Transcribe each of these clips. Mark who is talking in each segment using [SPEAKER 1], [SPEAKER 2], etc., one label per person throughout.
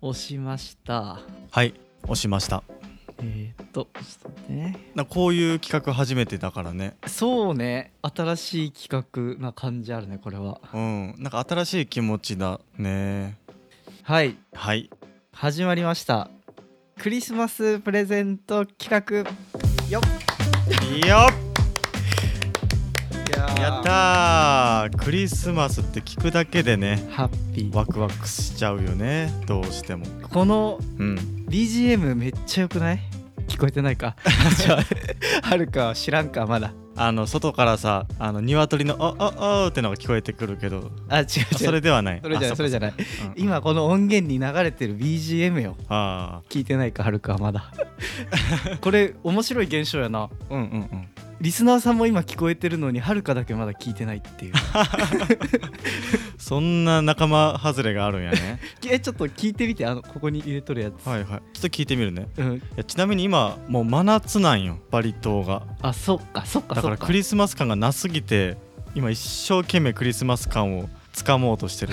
[SPEAKER 1] 押しました
[SPEAKER 2] はい押しました
[SPEAKER 1] えー、っとちょっと待ってね
[SPEAKER 2] なこういう企画初めてだからね
[SPEAKER 1] そうね新しい企画な感じあるねこれは
[SPEAKER 2] うんなんか新しい気持ちだね
[SPEAKER 1] はい
[SPEAKER 2] はい
[SPEAKER 1] 始まりましたクリスマスプレゼント企画よっ
[SPEAKER 2] よっ
[SPEAKER 1] や
[SPEAKER 2] やったークリスマスって聞くだけでね
[SPEAKER 1] ハッピー
[SPEAKER 2] ワクワクしちゃうよねどうしても
[SPEAKER 1] この
[SPEAKER 2] うん
[SPEAKER 1] BGM めっちゃ良くない聞こえてない かじゃああるか知らんかまだ
[SPEAKER 2] あの外からさあの鶏の「おおお」ってのが聞こえてくるけ ど
[SPEAKER 1] あ違う違う
[SPEAKER 2] それではない
[SPEAKER 1] それじゃない
[SPEAKER 2] あ
[SPEAKER 1] それじゃない
[SPEAKER 2] そっかうん
[SPEAKER 1] 今この音源に流れてる BGM よ
[SPEAKER 2] あ
[SPEAKER 1] 聞いてないかはるかはま だこれ面白い現象やな
[SPEAKER 2] あうんうんうん
[SPEAKER 1] リスナーさんも今聞こえてるのにはるかだけまだ聞いてないっていう
[SPEAKER 2] そんな仲間外れがあるんや ね
[SPEAKER 1] えちょっと聞いてみてあのここに入れとるやつ、
[SPEAKER 2] はいはいちょっと聞いてみるね
[SPEAKER 1] うん、
[SPEAKER 2] いやちなみに今もう真夏なんよバリ島が
[SPEAKER 1] あそっかそっか
[SPEAKER 2] だ
[SPEAKER 1] そ
[SPEAKER 2] か
[SPEAKER 1] っ
[SPEAKER 2] ら
[SPEAKER 1] か
[SPEAKER 2] クリスマス感がなすぎて今一生懸命クリスマス感をつかもうとしてる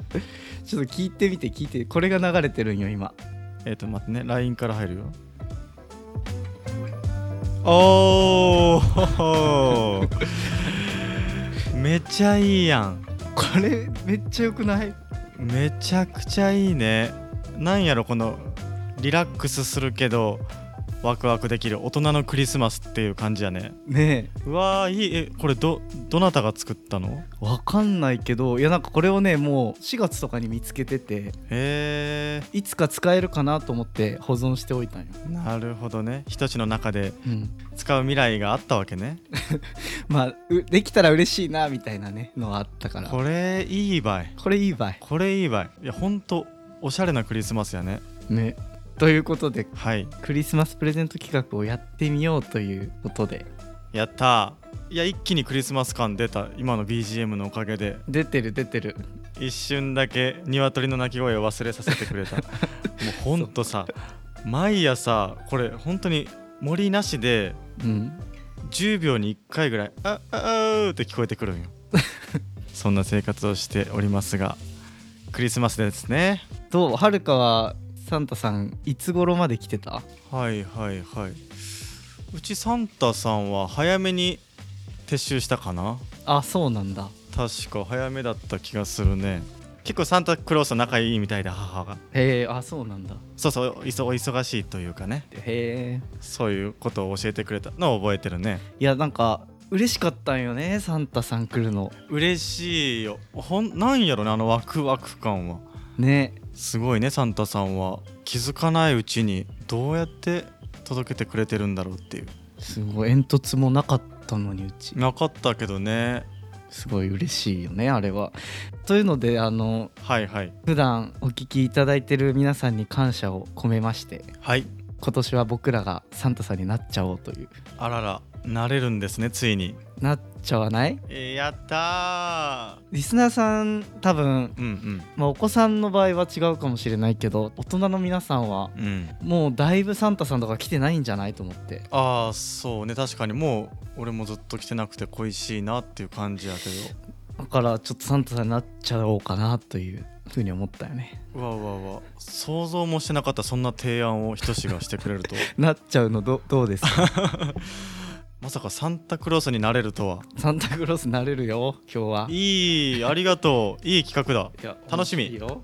[SPEAKER 1] ちょっと聞いてみて聞いてこれが流れてるんよ今
[SPEAKER 2] えっと待ってね LINE から入るよおー めちゃいいやん
[SPEAKER 1] これめっちゃ良くない
[SPEAKER 2] めちゃくちゃいいねなんやろこのリラックスするけどワクワクできる大人のクリスマスっていう感じやね
[SPEAKER 1] ね
[SPEAKER 2] うわーいいえこれどどなたが作ったの
[SPEAKER 1] えわかんないけどいやなんかこれをねもう4月とかに見つけてて
[SPEAKER 2] へ
[SPEAKER 1] いつか使えるかなと思って保存しておいたんよ、
[SPEAKER 2] えなるほどね一つの中で
[SPEAKER 1] うん、
[SPEAKER 2] 使う未来があったわけね
[SPEAKER 1] まあうできたら嬉しいなみたいなねのはあったから
[SPEAKER 2] これいいばい
[SPEAKER 1] これいいばい
[SPEAKER 2] これいいばいいやほんとおしゃれなクリスマスやね
[SPEAKER 1] ねということで
[SPEAKER 2] はい
[SPEAKER 1] クリスマスプレゼント企画をやってみようということで
[SPEAKER 2] やったーいや一気にクリスマス感出た今の BGM のおかげで
[SPEAKER 1] 出てる出てる
[SPEAKER 2] 一瞬だけ鶏の鳴き声を忘れさせてくれ たもうほんとさ毎朝これ本当に森なしで
[SPEAKER 1] うん
[SPEAKER 2] 10秒に1回ぐらい「あああー」って聞こえてく るんよそんな生活をしておりますがクリスマスですね
[SPEAKER 1] どうはるかはサンタさんいつ頃まで来てた
[SPEAKER 2] はいはいはいうちサンタさんは早めに撤収したかな
[SPEAKER 1] あそうなんだ
[SPEAKER 2] 確か早めだった気がするね結構サンタクロースと仲いいみたいで母が
[SPEAKER 1] へえあそうなんだ
[SPEAKER 2] そうそうおいそお忙しいというかね
[SPEAKER 1] へえ
[SPEAKER 2] そういうことを教えてくれたのを覚えてるね
[SPEAKER 1] いやなんか嬉しかったんよねサンタさん来るの
[SPEAKER 2] 嬉しいよほんなんやろねあのワクワク感は
[SPEAKER 1] ね
[SPEAKER 2] すごいねサンタさんは気づかないうちにどうやって届けてくれてるんだろうっていう
[SPEAKER 1] すごい煙突もなかったのにうち
[SPEAKER 2] なかったけどね
[SPEAKER 1] すごい嬉しいよねあれはというのであの
[SPEAKER 2] はいはい
[SPEAKER 1] 普段お聞きいただいてる皆さんに感謝を込めまして
[SPEAKER 2] はい
[SPEAKER 1] 今年は僕らがサンタさんになっちゃおうという
[SPEAKER 2] あらら慣れるんですねついに
[SPEAKER 1] なっちゃわない
[SPEAKER 2] やった
[SPEAKER 1] リスナーさん多分、
[SPEAKER 2] ーうん
[SPEAKER 1] まあ、お子さんの場合は違うかもしれないけど大人の皆さんは
[SPEAKER 2] うんうん
[SPEAKER 1] もうだいぶサンタさんとか来てないんじゃないと思って
[SPEAKER 2] ああそうね確かにもう俺もずっと来てなくて恋しいなっていう感じやけ
[SPEAKER 1] だからちょっとサンタさんになっちゃおうかなというふうに思ったよね
[SPEAKER 2] どうわうわうわ想像もしてなかったそんな提案をひとしがしてくれるとは
[SPEAKER 1] なっちゃうのどどうですか
[SPEAKER 2] まさかサンタクロースになれるとは
[SPEAKER 1] サンタクロースなれるよ今日はい
[SPEAKER 2] いありがとういい企画だ
[SPEAKER 1] いや
[SPEAKER 2] 楽し
[SPEAKER 1] い
[SPEAKER 2] み
[SPEAKER 1] いよ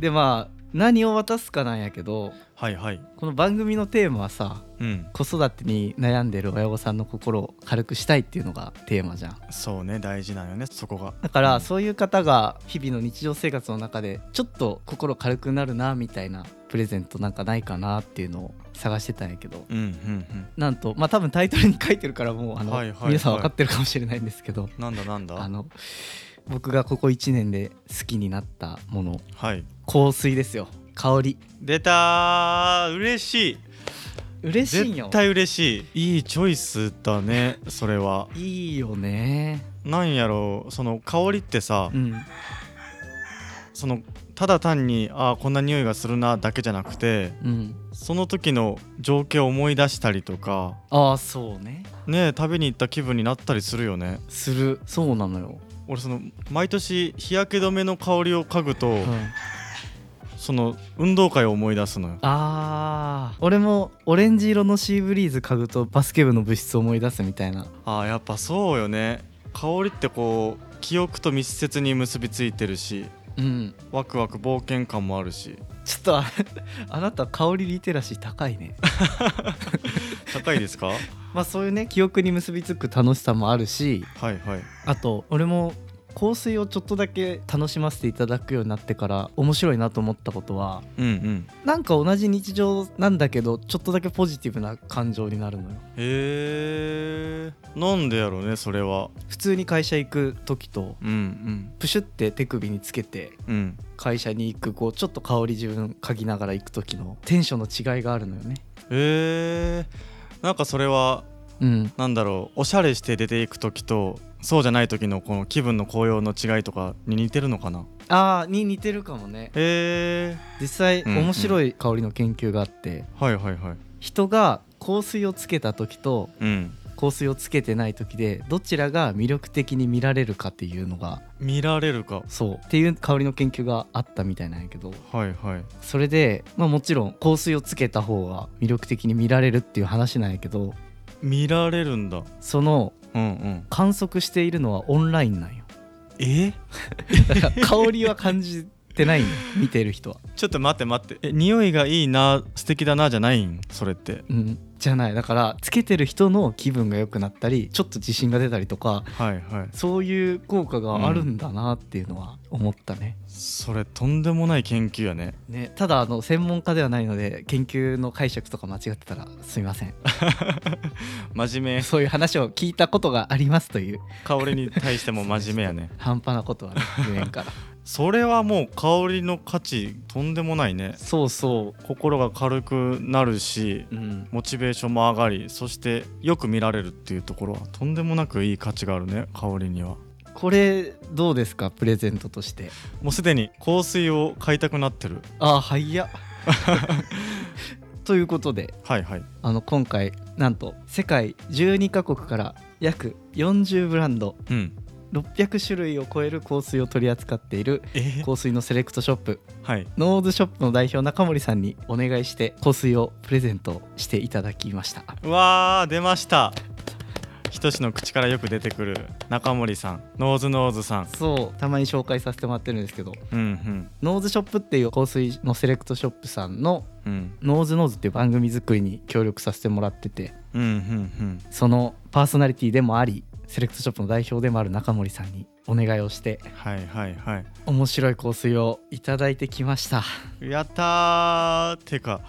[SPEAKER 1] でまあ何を渡すかなんやけど
[SPEAKER 2] はいはい
[SPEAKER 1] この番組のテーマはさ
[SPEAKER 2] うん
[SPEAKER 1] 子育てに悩んでる親御さんの心を軽くしたいっていうのがテーマじゃん
[SPEAKER 2] そうね大事なんよねそこが
[SPEAKER 1] だからそういう方が日々の日常生活の中でちょっと心軽くなるなみたいなプレゼントなんかないかなっていうのを探してたんやけど
[SPEAKER 2] うんうんうん
[SPEAKER 1] なんとまあ多分タイトルに書いてるからもうあの、
[SPEAKER 2] はいはいはい
[SPEAKER 1] 皆さん分かってるかもしれないんですけど
[SPEAKER 2] なんだなんだ
[SPEAKER 1] あの僕がここ1年で好きになったもの
[SPEAKER 2] はい
[SPEAKER 1] 香水ですよ香り
[SPEAKER 2] 出たー嬉しい
[SPEAKER 1] 嬉しいんよ
[SPEAKER 2] 絶対嬉しいいいチョイスだねそれはい
[SPEAKER 1] いよね
[SPEAKER 2] なんやろうその香りってさ、
[SPEAKER 1] うん
[SPEAKER 2] そのただ単にあーこんな匂いがするなだけじゃなくて
[SPEAKER 1] うん
[SPEAKER 2] その時の情景を思い出したりとか
[SPEAKER 1] ああそうね
[SPEAKER 2] ねえ食べに行った気分になったりするよね
[SPEAKER 1] するそうなのよ、
[SPEAKER 2] 俺その毎年日焼け止めの香りを嗅ぐと、
[SPEAKER 1] うん
[SPEAKER 2] その運動会を思い出すのよ
[SPEAKER 1] あー俺もオレンジ色のシーブリーズ嗅ぐとバスケ部の物質を思い出すみたいな
[SPEAKER 2] あーやっぱそうよね香りってこう記憶と密接に結びついてるし
[SPEAKER 1] うん
[SPEAKER 2] ワクワク冒険感もあるし
[SPEAKER 1] ちょっとあ あなた香りリテラシー高いね
[SPEAKER 2] 高いですか
[SPEAKER 1] まあそういうね記憶に結びつく楽しさもあるし
[SPEAKER 2] はいはい
[SPEAKER 1] あと俺も香水をちょっとだけ楽しませていただくようになってから面白いなと思ったことは
[SPEAKER 2] うんうん
[SPEAKER 1] なんか同じ日常なんだけどちょっとだけポジティブな感情になるのよ
[SPEAKER 2] へえなんでやろうねそれは
[SPEAKER 1] 普通に会社行く時と
[SPEAKER 2] うん
[SPEAKER 1] プシュって手首につけて
[SPEAKER 2] うんうん
[SPEAKER 1] 会社に行くこうちょっと香り自分嗅ぎながら行く時のテンションの違いがあるのよね
[SPEAKER 2] へえなんかそれは
[SPEAKER 1] うん
[SPEAKER 2] なんだろうおしゃれして出ていく時とそうじゃない時のこの気分の高揚の違いとかに似てるのかな
[SPEAKER 1] あーに似てるかもね
[SPEAKER 2] へえ
[SPEAKER 1] 実際
[SPEAKER 2] うんうん
[SPEAKER 1] 面白い香りの研究があって、
[SPEAKER 2] はいはいはい
[SPEAKER 1] 人が香水をつけた時と
[SPEAKER 2] うん
[SPEAKER 1] 香水をつけてない時でどちらが魅力的に見られるかっていうのが
[SPEAKER 2] 見られるか
[SPEAKER 1] そうっていう香りの研究があったみたいなんやけど
[SPEAKER 2] はいはい
[SPEAKER 1] それで、まあ、もちろん香水をつけた方が魅力的に見られるっていう話なんやけど
[SPEAKER 2] 見られるんだ
[SPEAKER 1] その
[SPEAKER 2] うんうん
[SPEAKER 1] 観測しているのはオンラインなんよ
[SPEAKER 2] え
[SPEAKER 1] だから 香りは感じてないんよ見てる人は、
[SPEAKER 2] ちょっと待って待ってえ匂いがいいな素敵だなじゃないんそれって
[SPEAKER 1] うん、じゃないだからつけてる人の気分が良くなったりちょっと自信が出たりとか
[SPEAKER 2] はいはい
[SPEAKER 1] そういう効果があるんだなっていうのは思ったね,、
[SPEAKER 2] それとんでもない研究やね
[SPEAKER 1] ねただあの専門家ではないので研究の解釈とか間違ってたらすみません
[SPEAKER 2] 真面 目
[SPEAKER 1] そういう話を聞いたことがありますという
[SPEAKER 2] 香りに対しても真面目やね
[SPEAKER 1] 半端なこと はね言えんから
[SPEAKER 2] それはもう香りの価値とんでもないね
[SPEAKER 1] そうそ
[SPEAKER 2] 心が軽くなるし
[SPEAKER 1] ううん
[SPEAKER 2] モチベーションも上がりそしてよく見られるっていうところはとんでもなくいい価値があるね香りには
[SPEAKER 1] これどうですかプレゼントとして
[SPEAKER 2] もうすでに香水を買いたくなってる
[SPEAKER 1] ああはい やということで
[SPEAKER 2] はいはい
[SPEAKER 1] あの今回なんと世界12カ国から約40ブランド
[SPEAKER 2] うん
[SPEAKER 1] 600種類を超える香水を取り扱っている
[SPEAKER 2] え
[SPEAKER 1] 香水のセレクトショップ
[SPEAKER 2] はい
[SPEAKER 1] ノーズショップの代表中森さんにお願いして香水をプレゼントしていただきました
[SPEAKER 2] うわー出ましたひとしの口からよく出てくる中森さんノーズノーズさん
[SPEAKER 1] そうたまに紹介させてもらってるんですけど
[SPEAKER 2] うん
[SPEAKER 1] ノーズショップっていう香水のセレクトショップさんの
[SPEAKER 2] うんうん
[SPEAKER 1] ノーズノーズっていう番組作りに協力させてもらってて
[SPEAKER 2] うんうん
[SPEAKER 1] そのパーソナリティでもありセレクトショップの代表でもある中森さんにお願いをして
[SPEAKER 2] うんはいはいはい
[SPEAKER 1] 面白い香水をいただいてきました
[SPEAKER 2] やったーてか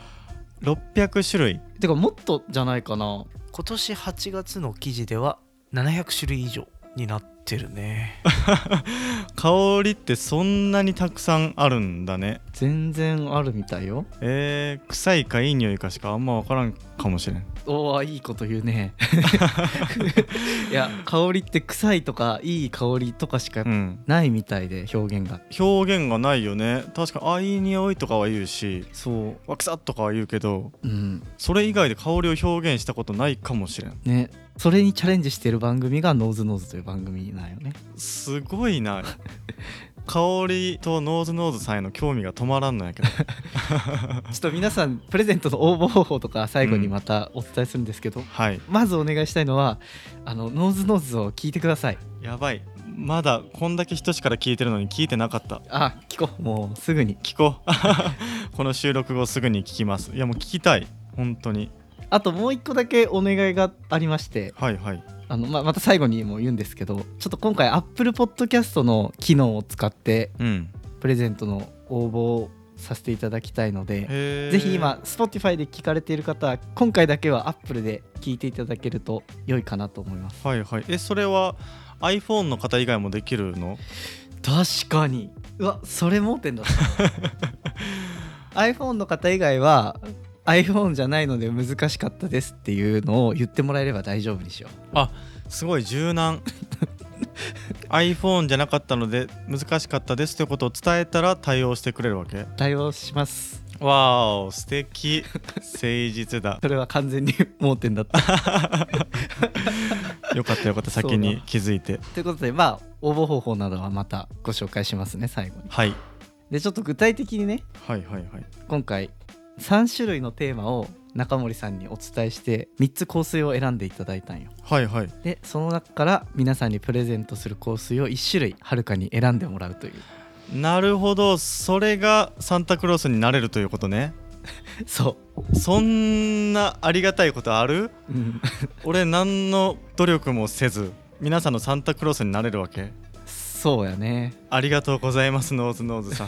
[SPEAKER 2] 600種類
[SPEAKER 1] てかもっとじゃないかな
[SPEAKER 3] 今年8月の記事では700種類以上になってるね
[SPEAKER 2] 香りってそんなにたくさんあるんだね
[SPEAKER 1] 全然あるみたいよ
[SPEAKER 2] えー、臭いかいい匂いかしかあんま分からんかもしれん
[SPEAKER 1] おおいいこと言 うねいや香りって臭いとかいい香りとかしかやっ
[SPEAKER 2] う
[SPEAKER 1] ぱ
[SPEAKER 2] ん
[SPEAKER 1] ないみたいで表現が
[SPEAKER 2] 表現がないよね確かにあいい匂いとかは言うし
[SPEAKER 1] そ
[SPEAKER 2] わ臭っとかは言うけど
[SPEAKER 1] ううん
[SPEAKER 2] それ以外で香りを表現したことないかもしれん
[SPEAKER 1] ねそれにチャレンジしてる番組が「ノーズノーズ」という番組なん よね
[SPEAKER 2] すごい な香りとノーズノーズさんへの興味が止まらんのやけど
[SPEAKER 1] ちょっと皆さんプレゼントの応募方法とか最後にまたお伝えするんですけど、
[SPEAKER 2] はい
[SPEAKER 1] まずお願いしたいのはあのノーズノーズを聞いてください
[SPEAKER 2] やばいまだこんだけ人しから聞いてるのに聞いてなかった
[SPEAKER 1] あ聞こうもうすぐに
[SPEAKER 2] 聞こう この収録後すぐに聞きますいやもう聞きたい本当に
[SPEAKER 1] あともう一個だけお願いがありまして
[SPEAKER 2] はいはい
[SPEAKER 1] あの、ままた最後にも言うんですけどちょっと今回 Apple Podcast の機能を使って
[SPEAKER 2] うん
[SPEAKER 1] プレゼントの応募をさせていただきたいので
[SPEAKER 2] へー
[SPEAKER 1] ぜひ今 Spotify で聞かれている方は今回だけは Apple で聞いていただけると良いかなと思います
[SPEAKER 2] はいはいえそれは iPhone の方以外もできるの
[SPEAKER 1] 確かにうわそれ盲点だった iPhone の方以外は iPhone じゃないので難しかったですっていうのを言ってもらえれば大丈夫にしよ
[SPEAKER 2] すごい 柔軟 iPhone じゃなかったので難しかったですということを伝えたら対応してくれるわけ
[SPEAKER 1] う対応します
[SPEAKER 2] わお素敵誠実だ
[SPEAKER 1] それは完全に盲点だ った
[SPEAKER 2] よかったよかった先
[SPEAKER 1] そう
[SPEAKER 2] に
[SPEAKER 1] だ
[SPEAKER 2] 気づいて
[SPEAKER 1] ということでまあ応募方法などはまたご紹介しますね最後に
[SPEAKER 2] はい
[SPEAKER 1] ででちょっと具体的にね
[SPEAKER 2] はいはいはい
[SPEAKER 1] 今回3種類のテーマを中森さんにお伝えして3つ香水を選んでいただいたんよ
[SPEAKER 2] はいはい
[SPEAKER 1] でその中から皆さんにプレゼントする香水を1種類はるかに選んでもらうという
[SPEAKER 2] なるほどそれがサンタクロースになれるということね
[SPEAKER 1] そ
[SPEAKER 2] そんなありがたいことある
[SPEAKER 1] う、うん、
[SPEAKER 2] 俺何の努力もせず皆さんのサンタクロースになれるわけ
[SPEAKER 1] そうやね
[SPEAKER 2] ありがとうございますノーズノーズ さん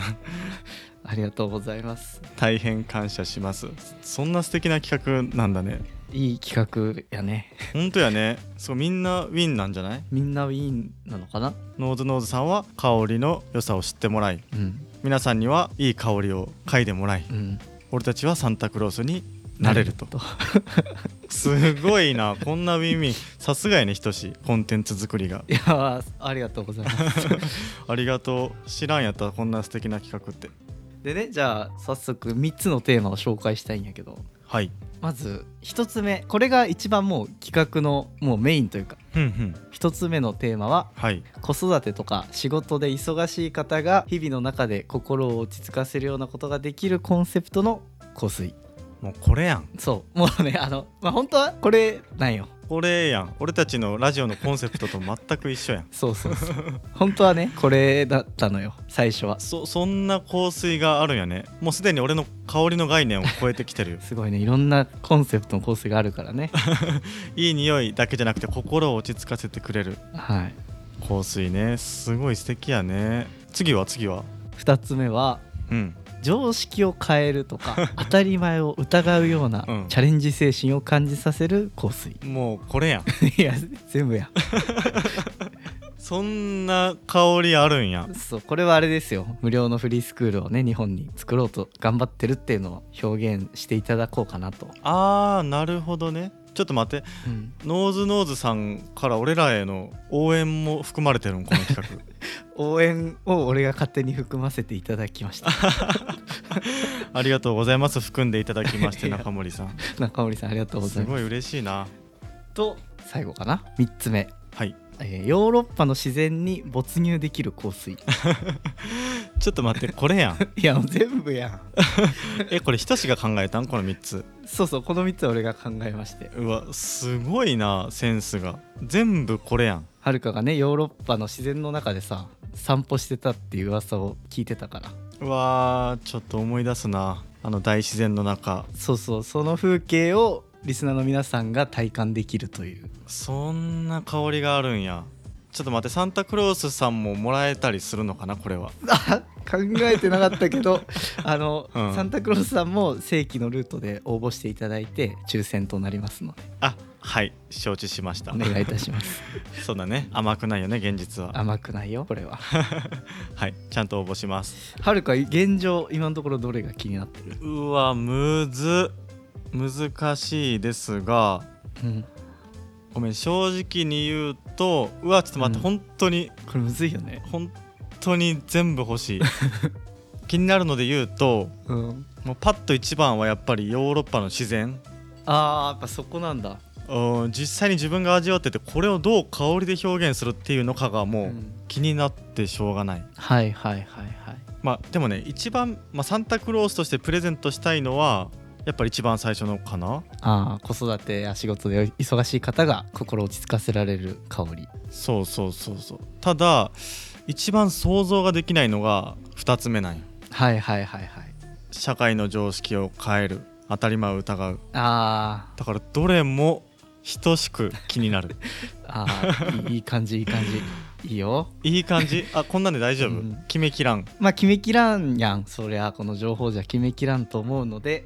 [SPEAKER 1] ありがとうございます
[SPEAKER 2] 大変感謝しますそんな素敵な企画なんだね
[SPEAKER 1] いい企画やね
[SPEAKER 2] 本当やねそうみんなウィンなんじゃない
[SPEAKER 1] みんなウィーンなのかな
[SPEAKER 2] ノーズノーズさんは香りの良さを知ってもらい
[SPEAKER 1] うん
[SPEAKER 2] 皆さんにはいい香りを嗅いでもらい
[SPEAKER 1] うん
[SPEAKER 2] 俺たちはサンタクロースになれ るとすごいなこんなウィンウィンさすがやね等しいコンテンツ作りが
[SPEAKER 1] いやーありがとうござい ます
[SPEAKER 2] ありがとう知らんやったこんな素敵な企画って
[SPEAKER 1] でねじゃあ早速3つのテーマを紹介したいんやけど
[SPEAKER 2] はい
[SPEAKER 1] まず1つ目これが一番もう企画のもうメインというか
[SPEAKER 2] ふんふん
[SPEAKER 1] 1つ目のテーマは
[SPEAKER 2] はい
[SPEAKER 1] 子育てとか仕事で忙しい方が日々の中で心を落ち着かせるようなことができるコンセプトの香水
[SPEAKER 2] もうこれやん
[SPEAKER 1] そうもうねあの まあ本当はこれなんよ
[SPEAKER 2] これやん俺たちのラジオのコンセプトと全く一緒やん
[SPEAKER 1] そうそう そう本当はねこれだったのよ最初は
[SPEAKER 2] そそんな香水があるんやねもうすでに俺の香りの概念を超えてきてる よ
[SPEAKER 1] すごいねいろんなコンセプトの香水があるから ね
[SPEAKER 2] いい匂いだけじゃなくて心を落ち着かせてくれる
[SPEAKER 1] はい
[SPEAKER 2] 香水ねすごい素敵やね次は次は
[SPEAKER 1] 2つ目は
[SPEAKER 2] うん
[SPEAKER 1] 常識を変えると か当たり前を疑うような
[SPEAKER 2] うん
[SPEAKER 1] チャレンジ精神を感じさせる香水
[SPEAKER 2] もうこれ やん
[SPEAKER 1] いや全部や
[SPEAKER 2] そんな香りあるんや
[SPEAKER 1] そうこれはあれですよ無料のフリースクールをね日本に作ろうと頑張ってるっていうのを表現していただこうかなと、
[SPEAKER 2] あーなるほどねちょっと待って
[SPEAKER 1] うん
[SPEAKER 2] ノーズノーズさんから俺らへの応援も含まれてるんこの企画
[SPEAKER 1] 応援を俺が勝手に含ませていただきました
[SPEAKER 2] ありがとうございます含んでいただきまして
[SPEAKER 1] いや
[SPEAKER 2] 中森さん
[SPEAKER 1] 中森さんありがとうござ
[SPEAKER 2] す
[SPEAKER 1] います
[SPEAKER 2] ごい嬉しいな
[SPEAKER 1] と最後かな3つ目、
[SPEAKER 2] はい
[SPEAKER 1] えーヨーロッパの自然に没入できる香水 い
[SPEAKER 2] ちょっと待ってこれやん
[SPEAKER 1] やもう全部やん
[SPEAKER 2] えこれひとしが考えたんこの3つ
[SPEAKER 1] そうそうこの3つは俺が考えまして
[SPEAKER 2] うわすごいなセンスが全部これやん
[SPEAKER 1] はるかがねヨーロッパの自然の中でさ散歩してたっていう噂を聞いてたから
[SPEAKER 2] うわーちょっと思い出すなあの大自然の中
[SPEAKER 1] そうそうその風景をリスナーの皆さんが体感できるという
[SPEAKER 2] そんな香りがあるんやちょっと待ってサンタクロースさんももらえたりするのかなこれは
[SPEAKER 1] あ考えてなかったけど あの、
[SPEAKER 2] うん
[SPEAKER 1] サンタクロースさんも正規のルートで応募していただいて抽選となりますので
[SPEAKER 2] あはい承知しました
[SPEAKER 1] お願いいたします
[SPEAKER 2] そうだね甘くないよね現実は
[SPEAKER 1] 甘くないよこれは
[SPEAKER 2] はいちゃんと応募します
[SPEAKER 1] はるか現状今のところどれが気になってる、
[SPEAKER 2] うわむず難しいですが
[SPEAKER 1] うん、
[SPEAKER 2] ごめん正直に言うとうわちょっと待って、
[SPEAKER 1] うん
[SPEAKER 2] 本当に
[SPEAKER 1] これむずいよね
[SPEAKER 2] 本当に全部欲 しい気になるので言うと
[SPEAKER 1] うん
[SPEAKER 2] もうパッと一番はやっぱりヨーロッパの自然
[SPEAKER 1] あーやっぱそこなんだ
[SPEAKER 2] うん実際に自分が味わっててこれをどう香りで表現するっていうのかが
[SPEAKER 1] う
[SPEAKER 2] もうん気になってしょうがない、
[SPEAKER 1] はいはいはいはい
[SPEAKER 2] まあでもね一番、まあ、サンタクロースとしてプレゼントしたいのはやっぱり一番最初のかな
[SPEAKER 1] ああ子育てや仕事で忙しい方が心落ち着かせられる香り
[SPEAKER 2] そうそうそうそうただ一番想像ができないのが2つ目なんよ
[SPEAKER 1] はいはいはいはい
[SPEAKER 2] 社会の常識を変える当たり前を疑う
[SPEAKER 1] あ
[SPEAKER 2] だからどれも等しく気に なる
[SPEAKER 1] ーあーいいいい感じいい感じいいよ
[SPEAKER 2] いい感じあこんなんで大丈夫、
[SPEAKER 1] うん
[SPEAKER 2] 決めきらん
[SPEAKER 1] まあ決めきらんやんそりゃこの情報じゃ決めきらんと思うので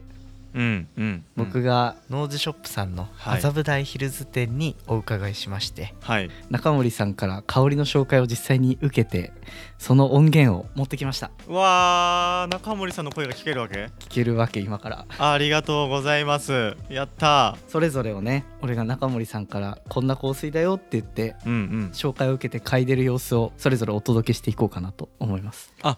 [SPEAKER 2] うんうん
[SPEAKER 1] 僕が
[SPEAKER 3] ノーズショップさんの
[SPEAKER 2] はい
[SPEAKER 3] 麻布台ヒルズ店にお伺いしまして、
[SPEAKER 2] はい
[SPEAKER 1] 中森さんから香りの紹介を実際に受けてその音源を持ってきました
[SPEAKER 2] わー中森さんの声が聞けるわけ
[SPEAKER 1] 聞けるわけ今から
[SPEAKER 2] ありがとうございますやった
[SPEAKER 1] それぞれをね俺が中森さんからこんな香水だよって言って
[SPEAKER 2] ーうんうん
[SPEAKER 1] 紹介を受けて嗅いでる様子をそれぞれお届けしていこうかなと思います
[SPEAKER 2] あ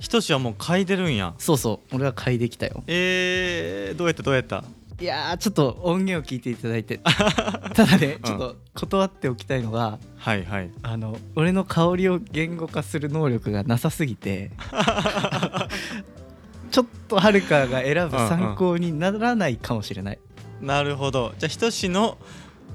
[SPEAKER 2] ひとしはもう嗅いでるんや
[SPEAKER 1] そうそう俺は嗅いできたよ
[SPEAKER 2] えー、どうやったどうやった
[SPEAKER 1] いやーちょっと音源を聞いていただい てただね
[SPEAKER 2] ん
[SPEAKER 1] ちょっと断っておきたいのが、
[SPEAKER 2] はいはい
[SPEAKER 1] あの俺の香りを言語化する能力がなさすぎて ちょっとはるかが選ぶ参考にならないかもしれない、
[SPEAKER 2] なるほどじゃあひとしの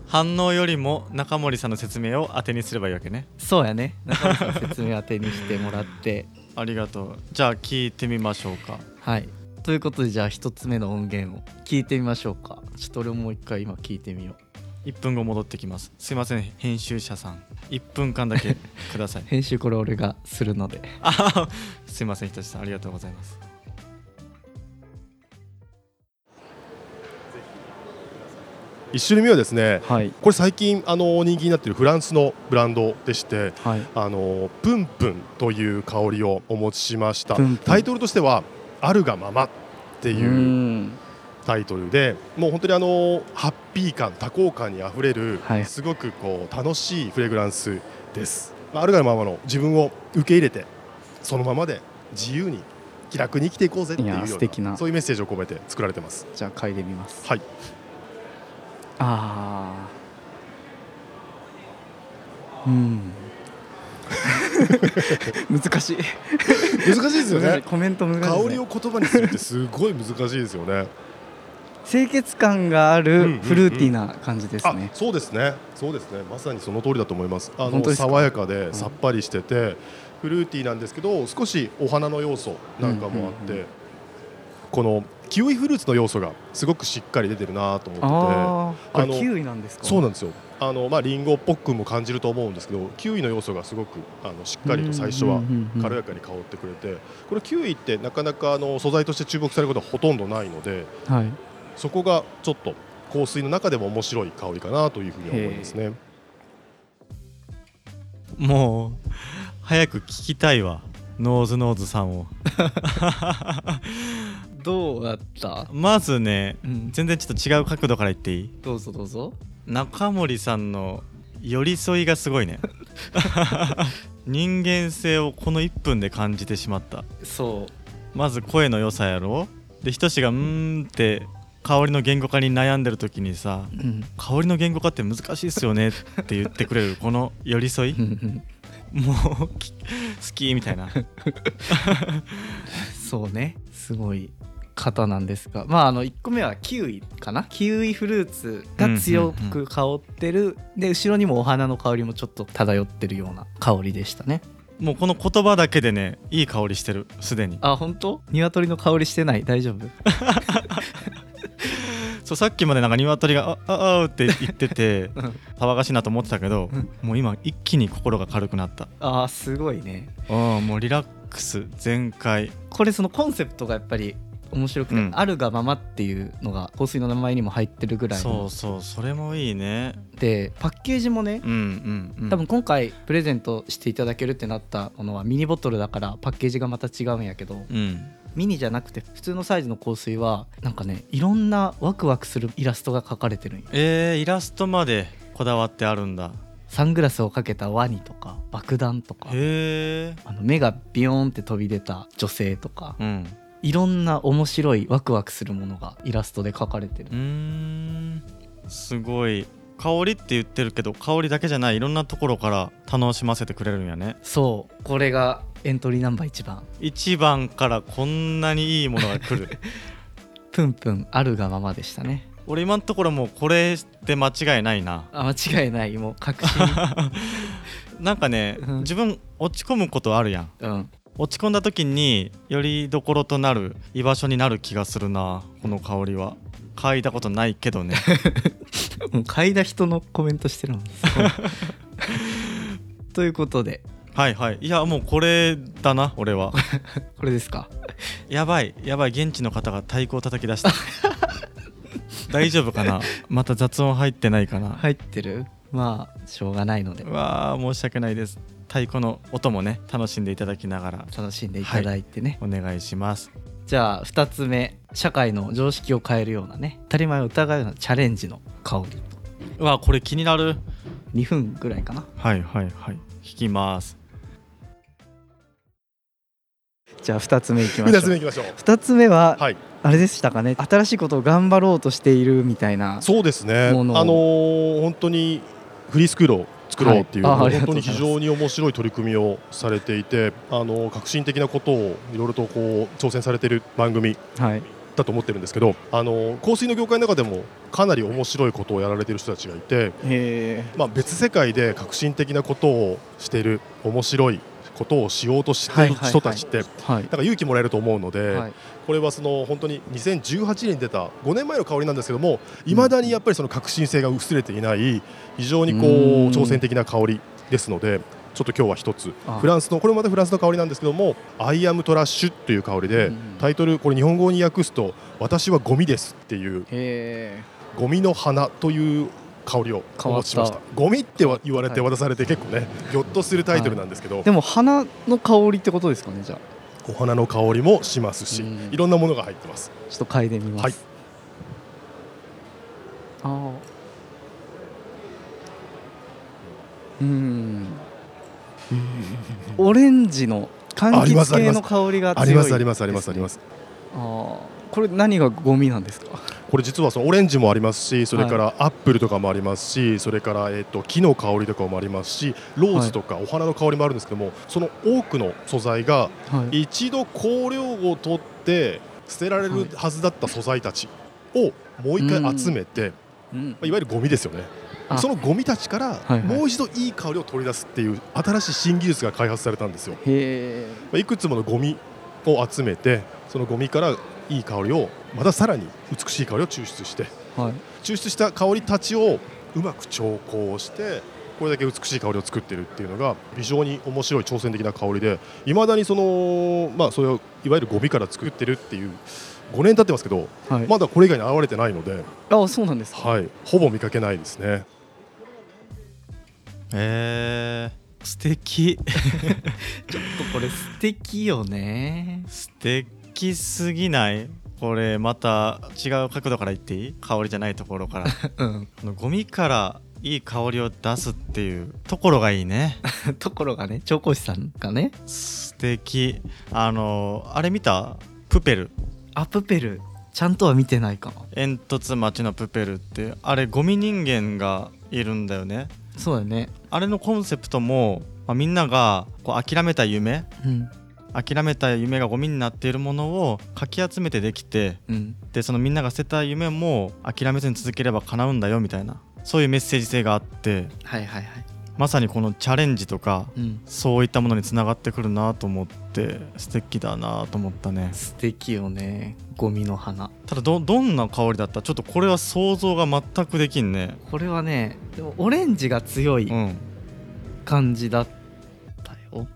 [SPEAKER 2] 反応よりも中森さんの説明を当てにすればいいわけね
[SPEAKER 1] そうやね中森さんの説明当てにしてもらって
[SPEAKER 2] ありがとうじゃあ聞いてみましょうか
[SPEAKER 1] はいということでじゃあ一つ目の音源を聞いてみましょうかちょっと俺ももう一回今聞いてみよう
[SPEAKER 2] 1分後戻ってきますすいません編集者さん1分間だけく ださい
[SPEAKER 1] 編集これ俺がするので
[SPEAKER 2] あははすいませんひとしさんありがとうございます
[SPEAKER 4] 一種類目はですね
[SPEAKER 1] はい
[SPEAKER 4] これ最近あの人気になっているフランスのブランドでして
[SPEAKER 1] はい
[SPEAKER 4] あのプンプンという香りをお持ちしました
[SPEAKER 1] プンプン
[SPEAKER 4] タイトルとしては「あるがまま」って
[SPEAKER 1] う
[SPEAKER 4] いうんタイトルでもう本当にあのハッピー感多幸感にあふれる、
[SPEAKER 1] はい
[SPEAKER 4] すごくこう楽しいフレグランスです、まあ、あるがままの自分を受け入れてそのままで自由に気楽に生きていこうぜっていうよう
[SPEAKER 1] いや素敵
[SPEAKER 4] な
[SPEAKER 1] な
[SPEAKER 4] そういうメッセージを込めて作られてます
[SPEAKER 1] じゃあ嗅いでみます
[SPEAKER 4] はい
[SPEAKER 1] ああうん難しい
[SPEAKER 4] 難しいですよね
[SPEAKER 1] コメント難しいですね
[SPEAKER 4] 香りを言葉にするってすごい難しいですよね
[SPEAKER 1] 清潔感があ
[SPEAKER 4] うんうんう
[SPEAKER 1] る
[SPEAKER 4] ん
[SPEAKER 1] フルーティーな感じですね、
[SPEAKER 4] あそうですねそうですねまさにその通りだと思いますあ
[SPEAKER 1] 本当
[SPEAKER 4] の
[SPEAKER 1] ですか
[SPEAKER 4] 爽やかでさっぱりしてて、フルーティーなんですけど少しお花の要素なんかもあって、
[SPEAKER 1] うんうんう
[SPEAKER 4] このキウイフルーツの要素がすごくしっかり出てるなと思っ
[SPEAKER 1] あ
[SPEAKER 4] て
[SPEAKER 1] あこ
[SPEAKER 4] あの
[SPEAKER 1] れキウイなんです
[SPEAKER 4] て
[SPEAKER 1] か
[SPEAKER 4] そうなんですよあのまあリンゴっぽくも感じると思うんですけどキウイの要素がすごくあのしっかりと最初は
[SPEAKER 1] うんうんうんうん
[SPEAKER 4] 軽やかに香ってくれてこれキウイってなかなかあの素材として注目されることはほとんどないので
[SPEAKER 1] はい
[SPEAKER 4] そこがちょっと香水の中でも面白い香りかなというふうには思いますね。
[SPEAKER 2] もう早く聞きたいわノーズノーズさんを
[SPEAKER 1] どうだった
[SPEAKER 2] まずね
[SPEAKER 1] うん
[SPEAKER 2] 全然ちょっと違う角度から言っていい
[SPEAKER 1] どうぞどうぞ
[SPEAKER 2] 中森さんの寄り添いがす ごいね人間性をこの1分で感じてしまった
[SPEAKER 1] そ
[SPEAKER 2] まず声の良さやろでひとしが「うーん」って香りの言語化に悩んでる時にさ
[SPEAKER 1] ううん
[SPEAKER 2] 「香りの言語化って難しいっすよね」って言ってくれるこの寄り添い
[SPEAKER 1] うんうん
[SPEAKER 2] もうき好きみたいな
[SPEAKER 1] そうねすごい方なんですがまああの1個目はキウイかなキウイフルーツが強く香ってる、で後ろにもお花の香りもちょっと漂ってるような香りでしたね
[SPEAKER 2] もうこの言葉だけでねいい香りしてるすでに
[SPEAKER 1] あ本当鶏の香りしてない大丈夫
[SPEAKER 2] そうさっきまでなんか鶏が「あああう」って言ってて
[SPEAKER 1] うん
[SPEAKER 2] 騒がしいなと思ってたけど
[SPEAKER 1] うん
[SPEAKER 2] もう今一気に心が軽くなった
[SPEAKER 1] あーすごいね
[SPEAKER 2] ああもうリラックス全開
[SPEAKER 1] これそのコンセプトがやっぱり面白くて、
[SPEAKER 2] うん
[SPEAKER 1] あるがままっていうのが香水の名前にも入ってるぐらい
[SPEAKER 2] そう
[SPEAKER 1] の
[SPEAKER 2] そうそれもいいね
[SPEAKER 1] でパッケージもね
[SPEAKER 2] うんうん、うん、
[SPEAKER 1] 多分今回プレゼントしていただけるってなったものはミニボトルだからパッケージがまた違うんやけど
[SPEAKER 2] うん
[SPEAKER 1] ミニじゃなくて普通のサイズの香水はなんかねいろんなワクワクするイラストが描かれてるんよ
[SPEAKER 2] えー、イラストまでこだわってあるんだ
[SPEAKER 1] サングラスをかけたワニとか爆弾とか
[SPEAKER 2] へえ
[SPEAKER 1] あの目がビヨーンって飛び出た女性とか
[SPEAKER 2] うん
[SPEAKER 1] いろんな面白いワクワクするものがイラストで描かれてる
[SPEAKER 2] うーんすごい香りって言ってるけど香りだけじゃないいろんなところから楽しませてくれるんやね
[SPEAKER 1] そうこれがエントリーナンバー1番
[SPEAKER 2] 1番からこんなにいいものが来 る
[SPEAKER 1] プンプンあるがままでしたね
[SPEAKER 2] 俺今のところもうこれで間違いないな
[SPEAKER 1] あ間違いないもう確信
[SPEAKER 2] なんかね
[SPEAKER 1] うん
[SPEAKER 2] 自分落ち込むことあるやん
[SPEAKER 1] うん
[SPEAKER 2] 落ち込んだ時によりどころとなる居場所になる気がするなこの香りは嗅いだことないけ どね
[SPEAKER 1] もう嗅いだ人のコメントしてるもんすごいということで
[SPEAKER 2] はいはいいやもうこれだな俺は
[SPEAKER 1] これですか
[SPEAKER 2] やばいやばい現地の方が太鼓を叩き出した 大丈夫かなまた雑音入ってないかな、
[SPEAKER 1] 入ってるまあしょうがないので
[SPEAKER 2] うわあ申し訳ないです太鼓の音もね楽しんでいただきながら
[SPEAKER 1] 楽しんでいただいてね、
[SPEAKER 2] お願いします
[SPEAKER 1] じゃあ2つ目社会の常識を変えるようなね当たり前を疑うようなチャレンジの香り
[SPEAKER 2] うわあこれ気になる
[SPEAKER 1] 2分ぐらいかな
[SPEAKER 2] はいはいはい聞きます
[SPEAKER 1] じゃあ2つ目いきましょ
[SPEAKER 4] 2
[SPEAKER 1] う
[SPEAKER 4] つ目いきましょう
[SPEAKER 1] 2つ目は、
[SPEAKER 4] はい
[SPEAKER 1] あれでしたかね新しいことを頑張ろうとしているみたいな
[SPEAKER 4] そうですねあ
[SPEAKER 1] も
[SPEAKER 4] の
[SPEAKER 1] のを
[SPEAKER 4] ー本当にフリースクールを作ろうっていう、
[SPEAKER 1] はいあありが
[SPEAKER 4] 本
[SPEAKER 1] と
[SPEAKER 4] 当
[SPEAKER 1] うございま
[SPEAKER 4] に非
[SPEAKER 1] す
[SPEAKER 4] 常に面白い取り組みをされていてあのー革新的なことをいろいろとこう挑戦されている番組
[SPEAKER 1] はい
[SPEAKER 4] だと思ってるんですけどあのー香水の業界の中でもかなり面白いことをやられている人たちがいて、
[SPEAKER 1] へ
[SPEAKER 4] まあ、別世界で革新的なことをしている面白いことをしようとしている人たちって、
[SPEAKER 1] ーはい
[SPEAKER 4] なんか勇気もらえると思うので、
[SPEAKER 1] はい
[SPEAKER 4] これはその本当に2018年に出た5年前の香りなんですけどもいまだにやっぱりその革新性が薄れていない非常にこう
[SPEAKER 1] うん
[SPEAKER 4] 挑戦的な香りですのでちょっと今日は一つ
[SPEAKER 1] あ
[SPEAKER 4] フランスのこれもまたフランスの香りなんですけども「アイアムトラッシュ」という香りで
[SPEAKER 1] うん
[SPEAKER 4] タイトルこれ日本語に訳すと「私はゴミです」っていう
[SPEAKER 1] へ
[SPEAKER 4] ゴミの花という香りをお持ちしました
[SPEAKER 1] 変わ
[SPEAKER 4] ゴミっては言われて
[SPEAKER 1] は
[SPEAKER 4] 渡されて結構ねぎょっとするタイトルなんですけど
[SPEAKER 1] ーでも花の香りってことですかねじゃあ
[SPEAKER 4] お花の香りもしますし
[SPEAKER 1] うん
[SPEAKER 4] いろんなものが入ってます
[SPEAKER 1] ちょっと嗅いでみます、
[SPEAKER 4] はい
[SPEAKER 1] ああうんオレンジの柑
[SPEAKER 4] あります
[SPEAKER 1] 橘
[SPEAKER 4] あ
[SPEAKER 1] 系
[SPEAKER 4] りま
[SPEAKER 1] の
[SPEAKER 4] す
[SPEAKER 1] 香りが強い
[SPEAKER 4] ありますありますありますありますす
[SPEAKER 1] ねああこれ何がゴミなんですか
[SPEAKER 4] これ実はそのオレンジもありますしそれからアップルとかもありますしそれからえっと木の香りとかもありますしローズとかお花の香りもあるんですけどもその多くの素材が
[SPEAKER 1] はい
[SPEAKER 4] 一度香料を取って捨てられるはずだった素材たちをもう一回集めて
[SPEAKER 1] うん
[SPEAKER 4] まあいわゆるゴミですよね
[SPEAKER 1] あ
[SPEAKER 4] そのゴミたちか
[SPEAKER 1] はいは
[SPEAKER 4] ら
[SPEAKER 1] い
[SPEAKER 4] もう一度いい香りを取り出すっていう新しい新技術が開発されたんですよ。
[SPEAKER 1] へ
[SPEAKER 4] まあいくつものゴミを集めてそのゴミからいい香りをまたさらに美しい香りを抽出して
[SPEAKER 1] えはい
[SPEAKER 4] 抽出した香りたちをうまく調香してこれだけ美しい香りを作ってるっていうのが非常に面白い挑戦的な香りでいまだにそのまあそれをいわゆるゴミから作ってるっていう5年経ってますけど
[SPEAKER 1] はい、
[SPEAKER 4] まだこれ以外に現れてないので、
[SPEAKER 1] あそうなんですか
[SPEAKER 4] はい、ほぼ見かけないですね。
[SPEAKER 2] えー、素敵
[SPEAKER 1] これ素敵よね
[SPEAKER 2] 素敵すぎないこれまた違う角度から言っていい香りじゃないところから
[SPEAKER 1] うん
[SPEAKER 2] このゴミからいい香りを出すっていうところがいいね
[SPEAKER 1] ところがね調香師さんがね
[SPEAKER 2] 素敵あのあれ見たプペル
[SPEAKER 1] アプペルちゃんとは見てないかな
[SPEAKER 2] 煙突町のプペルってあれゴミ人間がいるんだよね
[SPEAKER 1] そうだよね
[SPEAKER 2] あれのコンセプトも、まあ、みんながこう諦めた夢
[SPEAKER 1] うん
[SPEAKER 2] 諦めた夢がゴミになっているものをかき集めてできて
[SPEAKER 1] うん
[SPEAKER 2] でそのみんなが捨てた夢も諦めずに続ければ叶うんだよみたいなそういうメッセージ性があって
[SPEAKER 1] はいはいはい
[SPEAKER 2] まさにこのチャレンジとか
[SPEAKER 1] うん
[SPEAKER 2] そういったものにつながってくるなと思って素敵だなと思ったね
[SPEAKER 1] 素敵よねゴミの花
[SPEAKER 2] ただどどんな香りだったちょっとこれは想像が全くできんね
[SPEAKER 1] これはねでもオレンジが強い
[SPEAKER 2] うん
[SPEAKER 1] 感じだったよ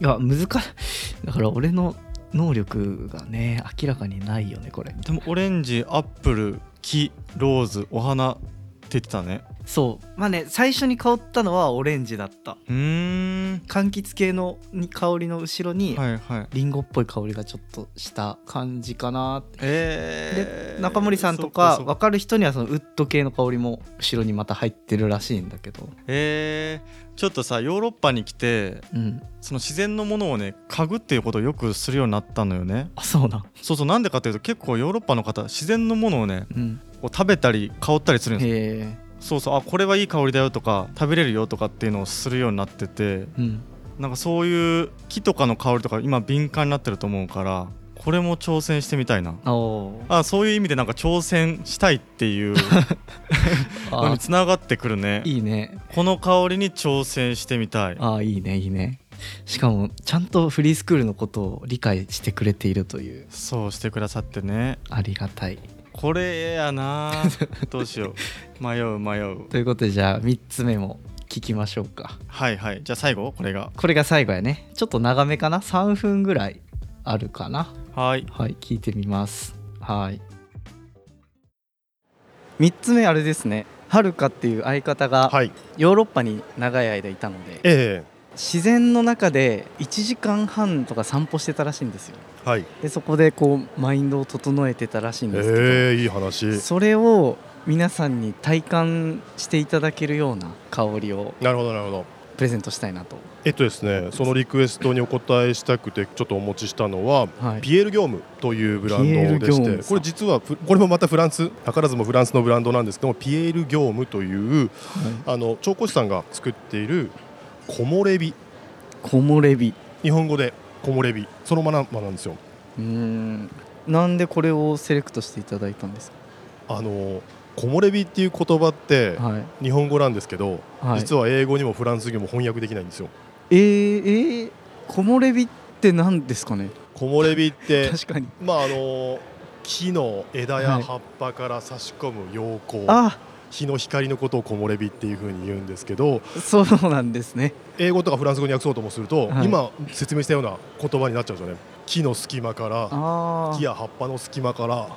[SPEAKER 1] いや難しいだから俺の能力がね明らかにないよねこれ
[SPEAKER 2] でもオレンジアップル木ローズお花って言ってたね
[SPEAKER 1] そうまあね最初に香ったのはオレンジだった
[SPEAKER 2] うーん
[SPEAKER 1] 柑橘系のに香りの後ろに、
[SPEAKER 2] はいはい
[SPEAKER 1] リンゴっぽい香りがちょっとした感じかなって
[SPEAKER 2] え
[SPEAKER 1] で
[SPEAKER 2] ー、
[SPEAKER 1] 中森さんと
[SPEAKER 2] そっ
[SPEAKER 1] か
[SPEAKER 2] そっ
[SPEAKER 1] 分かる人にはそのウッド系の香りも後ろにまた入ってるらしいんだけど、
[SPEAKER 2] えー、ちょっとさヨーロッパに来て
[SPEAKER 1] うん、
[SPEAKER 2] その自然のものをね嗅ぐっていうことをよくするようになったのよね
[SPEAKER 1] あそうなん、
[SPEAKER 2] そうそうなんでかというと結構ヨーロッパの方自然のものをね
[SPEAKER 1] うん、
[SPEAKER 2] こう食べたり香ったりするんですよ
[SPEAKER 1] へ
[SPEAKER 2] そうそうあこれはいい香りだよとか食べれるよとかっていうのをするようになってて
[SPEAKER 1] え、うん、
[SPEAKER 2] なんかそういう木とかの香りとか今敏感になってると思うからこれも挑戦してみたいな
[SPEAKER 1] おー
[SPEAKER 2] あそういう意味でなんか挑戦したいっていう の
[SPEAKER 1] あ
[SPEAKER 2] につながってくるね
[SPEAKER 1] いいね
[SPEAKER 2] この香りに挑戦してみたい
[SPEAKER 1] あいいねいいねしかもちゃんとフリースクールのことを理解してくれているという
[SPEAKER 2] そうしてくださってね
[SPEAKER 1] ありがたい
[SPEAKER 2] これや などうしよう迷う迷う
[SPEAKER 1] ということでじゃあ3つ目も聞きましょうか
[SPEAKER 2] はいはいじゃあ最後これが
[SPEAKER 1] これが最後やねちょっと長めかな3分ぐらいあるかな
[SPEAKER 2] はい
[SPEAKER 1] はい、聞いてみます。はい。三つ目あれですね。はるかっていう相方が
[SPEAKER 4] はい、
[SPEAKER 1] ヨーロッパに長い間いたので、
[SPEAKER 4] え
[SPEAKER 1] 自然の中で1時間半とか散歩してたらしいんですよ。
[SPEAKER 4] えはい、
[SPEAKER 1] でそこでこうマインドを整えてたらしいんですけど、
[SPEAKER 4] ええいい話。
[SPEAKER 1] それを皆さんに体感していただけるような香りを
[SPEAKER 4] なるほどなるほど。
[SPEAKER 1] プレゼントしたいなと。
[SPEAKER 4] えっとですねそのリクエストにお答えしたくてちょっとお持ちしたのは
[SPEAKER 1] はい、
[SPEAKER 4] ピエール・ギョームというブランドで
[SPEAKER 1] ピエールギョ
[SPEAKER 4] し
[SPEAKER 1] ーム
[SPEAKER 4] て
[SPEAKER 1] さん
[SPEAKER 4] これ実はフこれもまたフランス図らずもフランスのブランドなんですけどもピエール・ギョームというあの調香師さんが作っている木漏れ日
[SPEAKER 1] 木漏れ日
[SPEAKER 4] 日本語で木漏れ日そのままなんですよ
[SPEAKER 1] うーんなんでこれをセレクトしていただいたんです
[SPEAKER 4] あの木漏れ日っていう言葉って
[SPEAKER 1] か、はい
[SPEAKER 4] 日本語なんですけど、
[SPEAKER 1] はい、
[SPEAKER 4] 実は英語にもフランス語にも翻訳できないんですよ
[SPEAKER 1] えー、えー、木漏れ日って何ですかね
[SPEAKER 4] 木漏れ日って
[SPEAKER 1] 確かに
[SPEAKER 4] まああの木の枝
[SPEAKER 1] は
[SPEAKER 4] や
[SPEAKER 1] い
[SPEAKER 4] 葉っぱから差し込む陽光、
[SPEAKER 1] あ
[SPEAKER 4] 日の光のことを木漏れ日っていうふうに言うんですけど
[SPEAKER 1] そうなんですね
[SPEAKER 4] 英語とかフランス語に訳そうともすると、
[SPEAKER 1] はい
[SPEAKER 4] 今説明したような言葉になっちゃうんですよね木の隙間から
[SPEAKER 1] あ
[SPEAKER 4] 木や葉っぱの隙間から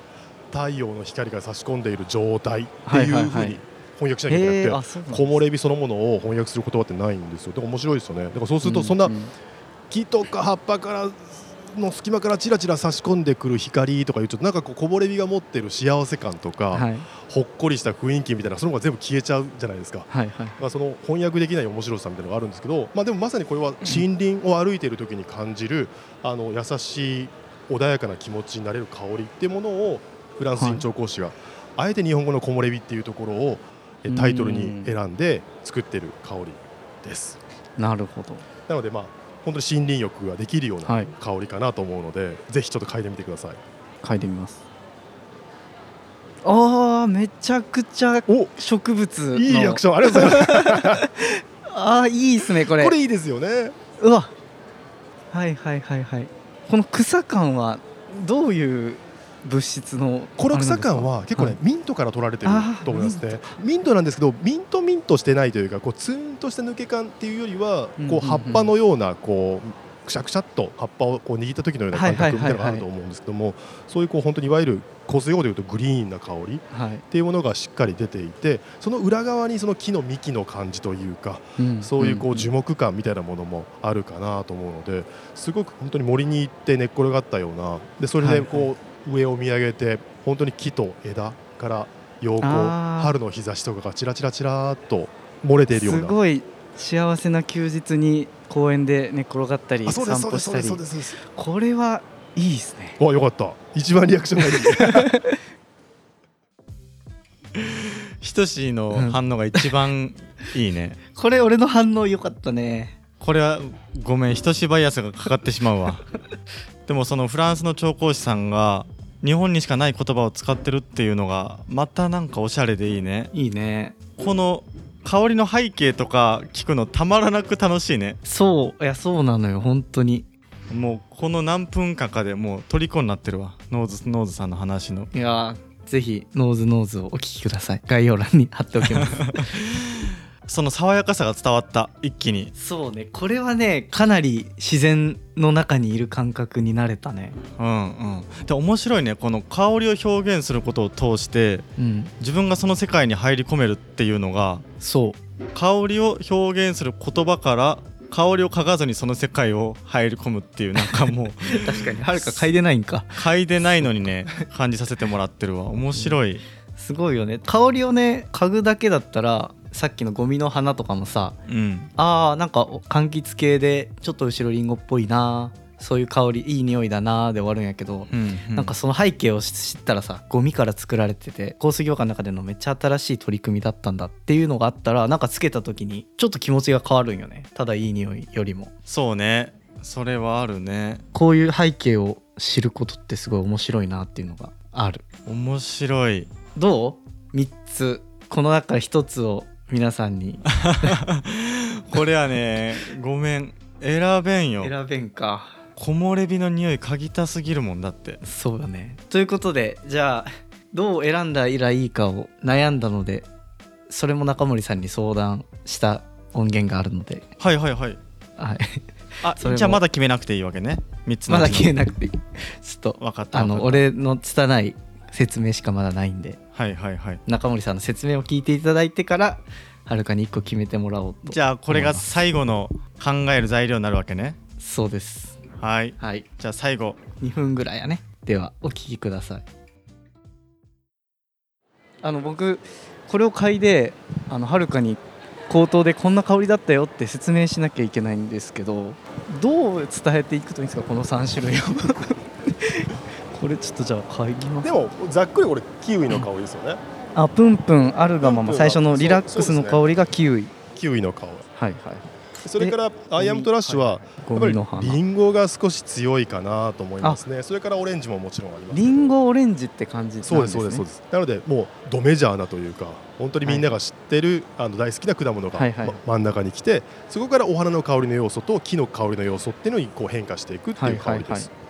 [SPEAKER 4] 太陽の光が差し込んでいる状態って
[SPEAKER 1] はい
[SPEAKER 4] いう
[SPEAKER 1] はい
[SPEAKER 4] ふ
[SPEAKER 1] は
[SPEAKER 4] う
[SPEAKER 1] い
[SPEAKER 4] に翻訳しなきゃいけなくて、
[SPEAKER 1] えー、あそうなんです
[SPEAKER 4] 木漏れ日そのものを翻訳する言葉ってないんですよ。だから面白いですよね。だからそうするとそんな
[SPEAKER 1] うう
[SPEAKER 4] 木とか葉っぱからの隙間からちらちら差し込んでくる光とかいうちょっとなんかこう木漏れ日が持ってる幸せ感とか、
[SPEAKER 1] はい
[SPEAKER 4] ほっこりした雰囲気みたいなその方が全部消えちゃうじゃないですか。
[SPEAKER 1] はいはい
[SPEAKER 4] まあ、その翻訳できない面白さみたいなのがあるんですけど、まあ、でもまさにこれは森林を歩いている時に感じるあの優しい穏やかな気持ちになれる香りっていうものをフランス人調香師が、あえて日本語の「木漏れ日」っていうところをえタイトルに選んで作ってる香りです。
[SPEAKER 1] なるほど
[SPEAKER 4] なのでまあ本当に森林浴ができるよう
[SPEAKER 1] は
[SPEAKER 4] ない香りかなと思うので、ぜひちょっと嗅いでみてください。
[SPEAKER 1] 嗅いでみますあーめちゃくちゃ
[SPEAKER 4] お
[SPEAKER 1] 植物の
[SPEAKER 4] いいリアクションありがと うございます。
[SPEAKER 1] あーいいですねこれ
[SPEAKER 4] これいいですよね。
[SPEAKER 1] うわはいはいはいはいこの草感はどういう物質の
[SPEAKER 4] この草感
[SPEAKER 1] あれなんですか
[SPEAKER 4] は結構ね、
[SPEAKER 1] はい
[SPEAKER 4] ミントから取られてる
[SPEAKER 1] あー
[SPEAKER 4] と思いますねミントなんですけどミントミントしてないというかこうツーンとした抜け感っていうよりは
[SPEAKER 1] うんうんう
[SPEAKER 4] こ
[SPEAKER 1] ん
[SPEAKER 4] う葉っぱのようなこうくしゃくしゃっと葉っぱをこう握った時のような感
[SPEAKER 1] はい
[SPEAKER 4] 覚み
[SPEAKER 1] は
[SPEAKER 4] た
[SPEAKER 1] い
[SPEAKER 4] いな
[SPEAKER 1] はい
[SPEAKER 4] のがあると思うんですけどもそういうこう本当にいわゆる構成用でいうとグリーンな香りっ
[SPEAKER 1] はい、
[SPEAKER 4] ていうものがしっかり出ていてその裏側にその木の幹の感じというか
[SPEAKER 1] うん
[SPEAKER 4] そういうこう樹
[SPEAKER 1] ん
[SPEAKER 4] 木感みたいなものもあるかなと思うのですごく本当に森に行って寝っ転がったようなでそれ
[SPEAKER 1] はい
[SPEAKER 4] で
[SPEAKER 1] はい
[SPEAKER 4] こう上を見上げて本当に木と枝から陽光
[SPEAKER 1] あー
[SPEAKER 4] 春の日差しとかがちらちらちらっと漏れているよう
[SPEAKER 1] す
[SPEAKER 4] な
[SPEAKER 1] ごい幸せな休日に公園で寝転がったり
[SPEAKER 4] あそ
[SPEAKER 1] 散
[SPEAKER 4] うですそ
[SPEAKER 1] 歩
[SPEAKER 4] うです
[SPEAKER 1] し
[SPEAKER 4] そう
[SPEAKER 1] た
[SPEAKER 4] です
[SPEAKER 1] り
[SPEAKER 4] そうですそうです
[SPEAKER 1] これはいいですね
[SPEAKER 4] わよかった一番リアクションがいい
[SPEAKER 2] ひとしの反応が一番いいね
[SPEAKER 1] これ俺の反応良かったね
[SPEAKER 2] これはごめんひとしバイアスがかかってしまう わでもそのフランスの調香師さんが日本にしかない言葉を使ってるっていうのがまたなんかおしゃれでいいね
[SPEAKER 1] いいね
[SPEAKER 2] この香りの背景とか聞くのたまらなく楽しいね
[SPEAKER 1] そういやそうなのよ本当に
[SPEAKER 2] もうこの何分間かでもう虜になってるわノーズノーズさんの話の
[SPEAKER 1] いやーぜひノーズノーズをお聞きください概要欄に貼っておきます
[SPEAKER 2] その爽やかさが伝わった一気に
[SPEAKER 1] そうねこれはねかなり自然の中にいる感覚になれたね
[SPEAKER 2] うんうんで面白いねこの香りを表現することを通して
[SPEAKER 1] うん
[SPEAKER 2] 自分がその世界に入り込めるっていうのが
[SPEAKER 1] そう
[SPEAKER 2] 香りを表現する言葉から香りを嗅がずにその世界を入り込むっていうなんか もう
[SPEAKER 1] 確かにはるか嗅いでないんか
[SPEAKER 2] 嗅いでないのにね感じさせてもらってるわ面白い、
[SPEAKER 1] すごいよね香りをね嗅ぐだけだったらさっきのゴミの花とかもさ
[SPEAKER 2] うん、
[SPEAKER 1] あーなんか柑橘系でちょっと後ろりんごっぽいなそういう香りいい匂いだなで終わるんやけど、
[SPEAKER 2] うんう
[SPEAKER 1] なんかその背景を知ったらさゴミから作られてて香水業界の中でのめっちゃ新しい取り組みだったんだっていうのがあったらなんかつけた時にちょっと気持ちが変わるんよねただいい匂いよりも
[SPEAKER 2] そうねそれはあるね
[SPEAKER 1] こういう背景を知ることってすごい面白いなっていうのがある
[SPEAKER 2] 面白い
[SPEAKER 1] どう ?3 つこの中1つを皆さんに
[SPEAKER 2] これはねごめん選べんよ
[SPEAKER 1] 選べんか
[SPEAKER 2] 木漏れ日の匂い嗅ぎたすぎるもんだって
[SPEAKER 1] そうだねということでじゃあどう選んだらいいかを悩んだのでそれも中森さんに相談した音源があるので、
[SPEAKER 2] はいはいはい
[SPEAKER 1] はい、
[SPEAKER 2] あ
[SPEAKER 1] それも
[SPEAKER 2] じゃあまだ決めなくていいわけね3つの
[SPEAKER 1] ま
[SPEAKER 2] うち
[SPEAKER 1] だ
[SPEAKER 2] の
[SPEAKER 1] 消えなくていいちょっと
[SPEAKER 2] 分かった
[SPEAKER 1] あ
[SPEAKER 2] 分かった
[SPEAKER 1] の俺の拙い説明しかまだないんで
[SPEAKER 2] はいはいはい
[SPEAKER 1] 中森さんの説明を聞いていただいてからはるかに1個決めてもらおうと
[SPEAKER 2] じゃあこれが最後の考える材料になるわけね
[SPEAKER 1] そうです
[SPEAKER 2] はい
[SPEAKER 1] はい
[SPEAKER 2] じゃあ最後
[SPEAKER 1] 2分ぐらいやねではお聞きくださいあの僕これを嗅いであのはるかに口頭でこんな香りだったよって説明しなきゃいけないんですけどどう伝えていくといいんですかこの3種類を これちょっとじゃあ嗅ぎます
[SPEAKER 4] でもざっくりこれキウイの香りですよね
[SPEAKER 1] あプンプンあるがま
[SPEAKER 4] プンプン
[SPEAKER 1] ま
[SPEAKER 4] は
[SPEAKER 1] 最初のリラックスの香りがキウイ、
[SPEAKER 4] キウイの香り
[SPEAKER 1] はいはい
[SPEAKER 4] それからアイアムトラッシュはや
[SPEAKER 1] ゴ
[SPEAKER 4] っぱ
[SPEAKER 1] ミ
[SPEAKER 4] り
[SPEAKER 1] の花
[SPEAKER 4] リンゴが少し強いかなと思いますねそれからオレンジももちろんあります
[SPEAKER 1] リンゴオレンジって感じなんです、ね、
[SPEAKER 4] そうですそうですそうですなのでもうドメジャーなというか本当にみんなが知ってる、あの大好きな果物が、
[SPEAKER 1] はいはい
[SPEAKER 4] ま真ん中に来てそこからお花の香りの要素と木の香りの要素っていうのにこう変化していくっていう香りです、
[SPEAKER 1] はいはい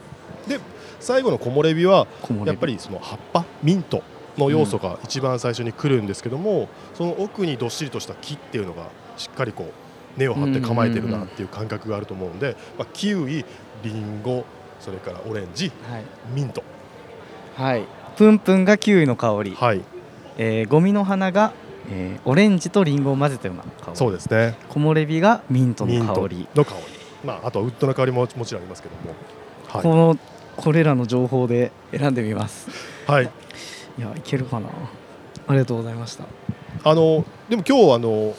[SPEAKER 4] で最後の木漏れ日は
[SPEAKER 1] 木漏れ日
[SPEAKER 4] やっぱりその葉っぱミントの要素が一番最初に来るんですけども、その奥にどっしりとした木っていうのがしっかりこう根を張って構えてるなっていう感覚があると思うんで、まあ、キウイリンゴそれからオレンジ
[SPEAKER 1] はい、
[SPEAKER 4] ミント
[SPEAKER 1] はい、プンプンがキウイの香り、
[SPEAKER 4] はい
[SPEAKER 1] えーゴミの花が、えーオレンジとリンゴを混ぜたような香り
[SPEAKER 4] そうですね
[SPEAKER 1] 木漏れ日がミント
[SPEAKER 4] ミ
[SPEAKER 1] の
[SPEAKER 4] ント
[SPEAKER 1] 香り、
[SPEAKER 4] の香りまああとはウッドの香りももちろんありますけども
[SPEAKER 1] こ
[SPEAKER 4] は
[SPEAKER 1] のこれらの情報で選んでみます
[SPEAKER 4] い、はい、
[SPEAKER 1] いやいけるかなありがとうございました
[SPEAKER 4] あのでも今日あの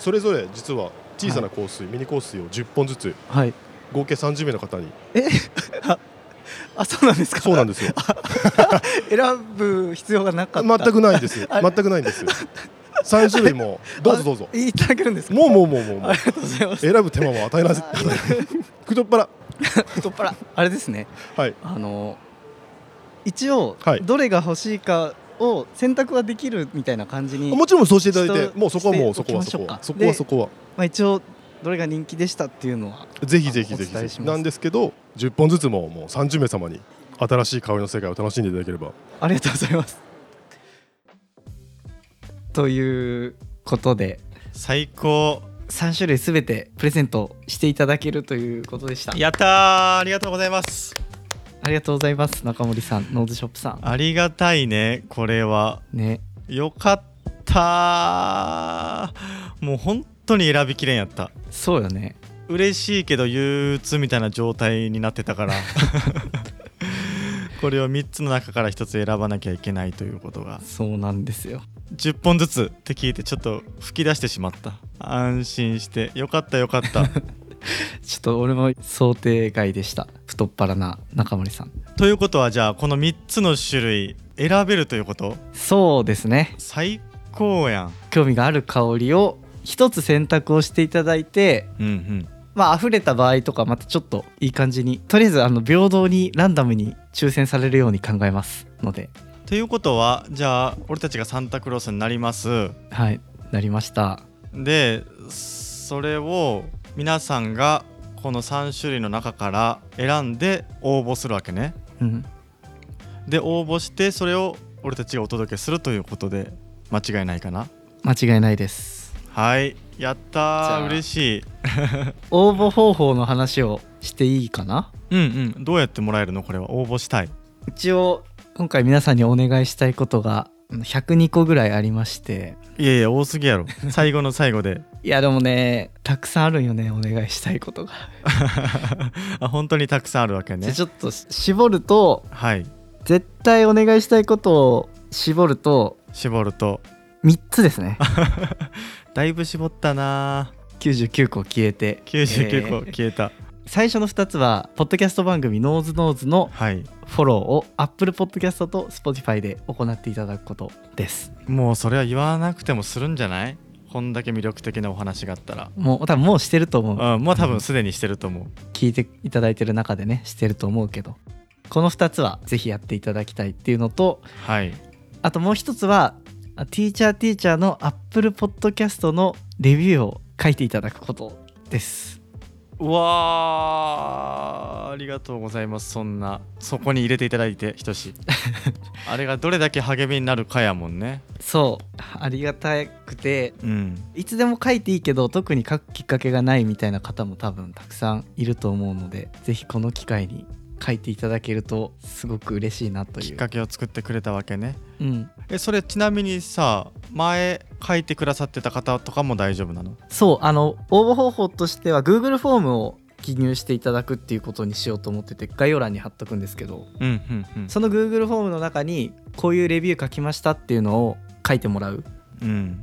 [SPEAKER 4] それぞれ実は小さな香水、ミニ香水を10本ずつ
[SPEAKER 1] はい
[SPEAKER 4] 合計30名 の方に
[SPEAKER 1] あそうなんですか
[SPEAKER 4] そうなんですよ
[SPEAKER 1] 選ぶ必要がなかった
[SPEAKER 4] 全くないんです
[SPEAKER 1] あれ
[SPEAKER 4] 全くないんです3種類もどうぞどうぞ
[SPEAKER 1] いただけるんですか
[SPEAKER 4] もうもうもうもうも
[SPEAKER 1] あ
[SPEAKER 4] う
[SPEAKER 1] りがとうございます
[SPEAKER 4] 選ぶ手間も与えなせ くどっぱら
[SPEAKER 1] 太っ腹あれですね
[SPEAKER 4] はい
[SPEAKER 1] あの一応、
[SPEAKER 4] はい
[SPEAKER 1] どれが欲しいかを選択はできるみたいな感じに
[SPEAKER 4] もちろんそうしていただい
[SPEAKER 1] ちょってと
[SPEAKER 4] もうそこはもうそこは
[SPEAKER 1] して
[SPEAKER 4] そ
[SPEAKER 1] おき
[SPEAKER 4] こ
[SPEAKER 1] ま
[SPEAKER 4] は
[SPEAKER 1] しょ
[SPEAKER 4] そう
[SPEAKER 1] か
[SPEAKER 4] こはそこは
[SPEAKER 1] まあ、一応どれが人気でしたっていうのは
[SPEAKER 4] ぜひぜひ
[SPEAKER 1] あの
[SPEAKER 4] ぜひ
[SPEAKER 1] お伝
[SPEAKER 4] ぜ
[SPEAKER 1] えし
[SPEAKER 4] ひ
[SPEAKER 1] ます
[SPEAKER 4] なんですけど10本ずつももう30名様に新しい香りの世界を楽しんでいただければ
[SPEAKER 1] ありがとうございます。 ということで
[SPEAKER 2] 最高
[SPEAKER 1] 3種類すべてプレゼントしていただけるということでした
[SPEAKER 2] やったーありがとうございます
[SPEAKER 1] ありがとうございます中森さんノーズショップさん
[SPEAKER 2] ありがたいねこれは
[SPEAKER 1] ね
[SPEAKER 2] よかったーもう本当に選びきれんやった
[SPEAKER 1] そうよね
[SPEAKER 2] 嬉しいけど憂鬱みたいな状態になってたから これを3つの中から1つ選ばなきゃいけないということが
[SPEAKER 1] そうなんですよ
[SPEAKER 2] 10本ずつって聞いてちょっと吹き出してしまった安心してよかったよかった
[SPEAKER 1] ちょっと俺も想定外でした太っ腹な中森さん
[SPEAKER 2] ということはじゃあこの3つの種類選べるということ
[SPEAKER 1] そうですね
[SPEAKER 2] 最高やん
[SPEAKER 1] 興味がある香りを一つ選択をしていただいて
[SPEAKER 2] うんうん
[SPEAKER 1] まあ溢れた場合とかまたちょっといい感じにとりあえずあの平等にランダムに抽選されるように考えますので
[SPEAKER 2] ということはじゃあ俺たちがサンタクロースになります
[SPEAKER 1] はいなりました
[SPEAKER 2] でそれを皆さんがこの3種類の中から選んで応募するわけね
[SPEAKER 1] うん
[SPEAKER 2] で応募してそれを俺たちがお届けするということで間違いないかな
[SPEAKER 1] 間違いないです
[SPEAKER 2] はいやっ
[SPEAKER 1] じ
[SPEAKER 2] た
[SPEAKER 1] ゃあ
[SPEAKER 2] ー嬉しい
[SPEAKER 1] 応募方法の話をしていいかな
[SPEAKER 2] うんうんどうやってもらえるのこれは応募したい
[SPEAKER 1] 一応今回皆さんにお願いしたいことが102個ぐらいありまして
[SPEAKER 2] いやいや多すぎ やろ最後の最後で
[SPEAKER 1] いやでもねたくさんあるんよねお願いしたいことが、
[SPEAKER 2] あ本当にたくさんあるわけ
[SPEAKER 1] じゃ
[SPEAKER 2] ね
[SPEAKER 1] あちょっと絞ると
[SPEAKER 2] はい
[SPEAKER 1] 絶対お願いしたいことを絞ると
[SPEAKER 2] 絞ると
[SPEAKER 1] 3つですね
[SPEAKER 2] だいぶ絞ったなー
[SPEAKER 1] 99個消えて
[SPEAKER 2] 99個
[SPEAKER 1] えー
[SPEAKER 2] 消えた、
[SPEAKER 1] 最初の2つはポッドキャスト番組「ノーズノーズの
[SPEAKER 2] はい
[SPEAKER 1] フォローを Apple Podcast と Spotify で行っていただくことです
[SPEAKER 2] もうそれは言わなくてもするんじゃないこんだけ魅力的なお話があったら。
[SPEAKER 1] もう多分もうしてると思う
[SPEAKER 2] うん、もう多分すでにしてると思
[SPEAKER 1] 聞いていただいてる中でねしてると思うけどこの2つはぜひやっていただきたいっていうのと
[SPEAKER 2] う。はい。
[SPEAKER 1] あともう一つはあティーチャーティーチャーの Apple Podcast のレビューを書いていただくことです
[SPEAKER 2] うわー、ありがとうございます。そんな、そこに入れていただいて、ひと し。あれがどれだけ励みになるかやもんね。
[SPEAKER 1] そうありがたくて
[SPEAKER 2] うん。
[SPEAKER 1] いつでも書いていいけど特に書くきっかけがないみたいな方も多分たくさんいると思うのでぜひこの機会に書いていただけるとすごく嬉しいなという
[SPEAKER 2] きっかけを作ってくれたわけね。
[SPEAKER 1] うん、
[SPEAKER 2] え、それちなみにさ、前書いてくださってた方とかも大丈夫なの
[SPEAKER 1] そうあの応募方法としては Google フォームを記入していただくっていうことにしようと思ってて概要欄に貼っとくんですけど
[SPEAKER 2] うんうんうん。
[SPEAKER 1] その Google フォームの中にこういうレビュー書きましたっていうのを書いてもらう
[SPEAKER 2] うん。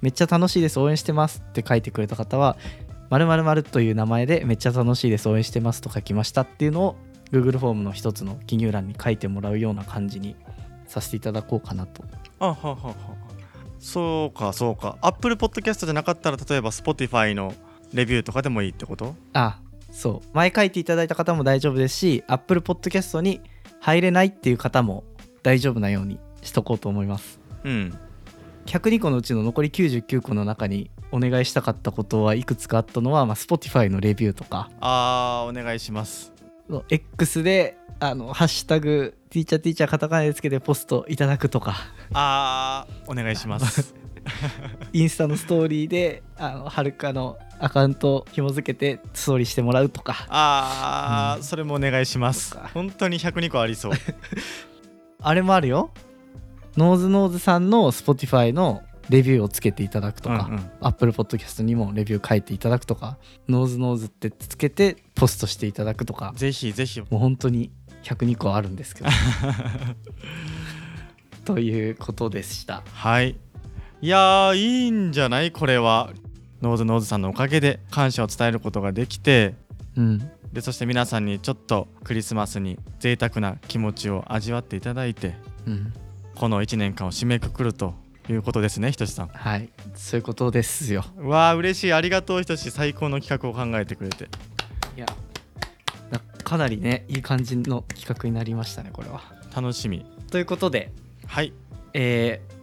[SPEAKER 1] めっちゃ楽しいです応援してます」って書いてくれた方は「まるまるという名前で「めっちゃ楽しいです応援してます」と書きましたっていうのを Google フォームの一つの記入欄に書いてもらうような感じにさせていただこうかなと
[SPEAKER 2] あはははそうかそうかアップルポッドキャストじゃなかったら例えば Spotify のレビューとかでもいいってこと
[SPEAKER 1] あそう前書いていただいた方も大丈夫ですし Apple Podcast に入れないっていう方も大丈夫なようにしとこうと思います
[SPEAKER 2] うん
[SPEAKER 1] 102個のうちの残り99個の中にお願いしたかったことはいくつかあったのは、まあ、Spotify のレビューとか
[SPEAKER 2] あーお願いします
[SPEAKER 1] そう X であの「ハッシュタグティーチャーティーチャーカタカナでつけてポストいただく」と か
[SPEAKER 2] あーお願いします
[SPEAKER 1] インスタのストーリーであのはるかのアカウントを紐付けてストーリーしてもらうとか
[SPEAKER 2] あ ー、それもお願いします
[SPEAKER 1] そっか
[SPEAKER 2] 本当に102個ありそう
[SPEAKER 1] あれもあるよノーズノーズさんの Spotify のレビューをつけていただくとか、
[SPEAKER 2] うんうん
[SPEAKER 1] アップルポッドキャストにもレビュー書いていただくとか、ノーズノーズってつけてポストしていただくとか、
[SPEAKER 2] ぜひぜひ
[SPEAKER 1] もう本当に102個あるんですけ ど。ということでした。
[SPEAKER 2] はいいやーいいんじゃないこれはノーズノーズさんのおかげで感謝を伝えることができて
[SPEAKER 1] うん、
[SPEAKER 2] でそして皆さんにちょっとクリスマスに贅沢な気持ちを味わっていただいて
[SPEAKER 1] うん、
[SPEAKER 2] この1年間を締めくくるということですねひとしさん
[SPEAKER 1] はい、そういうことですよ。
[SPEAKER 2] うわあ嬉しいありがとうひとし最高の企画を考えてくれて
[SPEAKER 1] いや、なかなりね、いい感じの企画になりましたね、これは。
[SPEAKER 2] 楽しみ
[SPEAKER 1] ということで、
[SPEAKER 2] はい
[SPEAKER 1] えー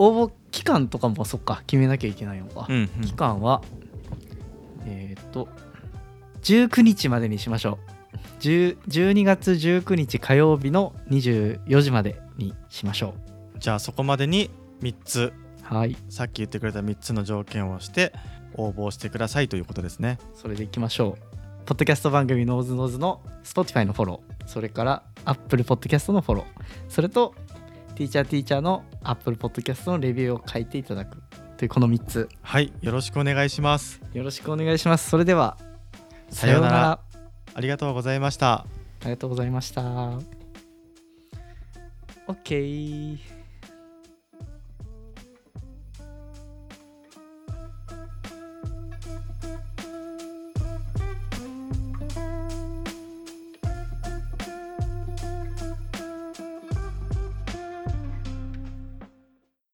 [SPEAKER 1] 応募期間とかもそっか決めなきゃいけないのか、
[SPEAKER 2] うん、うん、
[SPEAKER 1] 期間はえっ、と19日までにしましょう10 12月19日火曜日の24時までにしましょ
[SPEAKER 2] じゃあそこまでに3つ
[SPEAKER 1] うはい
[SPEAKER 2] さっき言ってくれた3つの条件をして応募してくださいということですね
[SPEAKER 1] それでいきましょうポッドキャスト番組ノーズノーズの Spotify のフォローそれから Apple Podcast のフォローそれとティーチャーティーチャーの Apple Podcast のレビューを書いていただくというこの3つ
[SPEAKER 2] はいよろしくお願いします
[SPEAKER 1] よろしくお願いしますそれでは
[SPEAKER 2] さようなら
[SPEAKER 1] う
[SPEAKER 2] ありがとうございました
[SPEAKER 1] ありがとうございました。OK。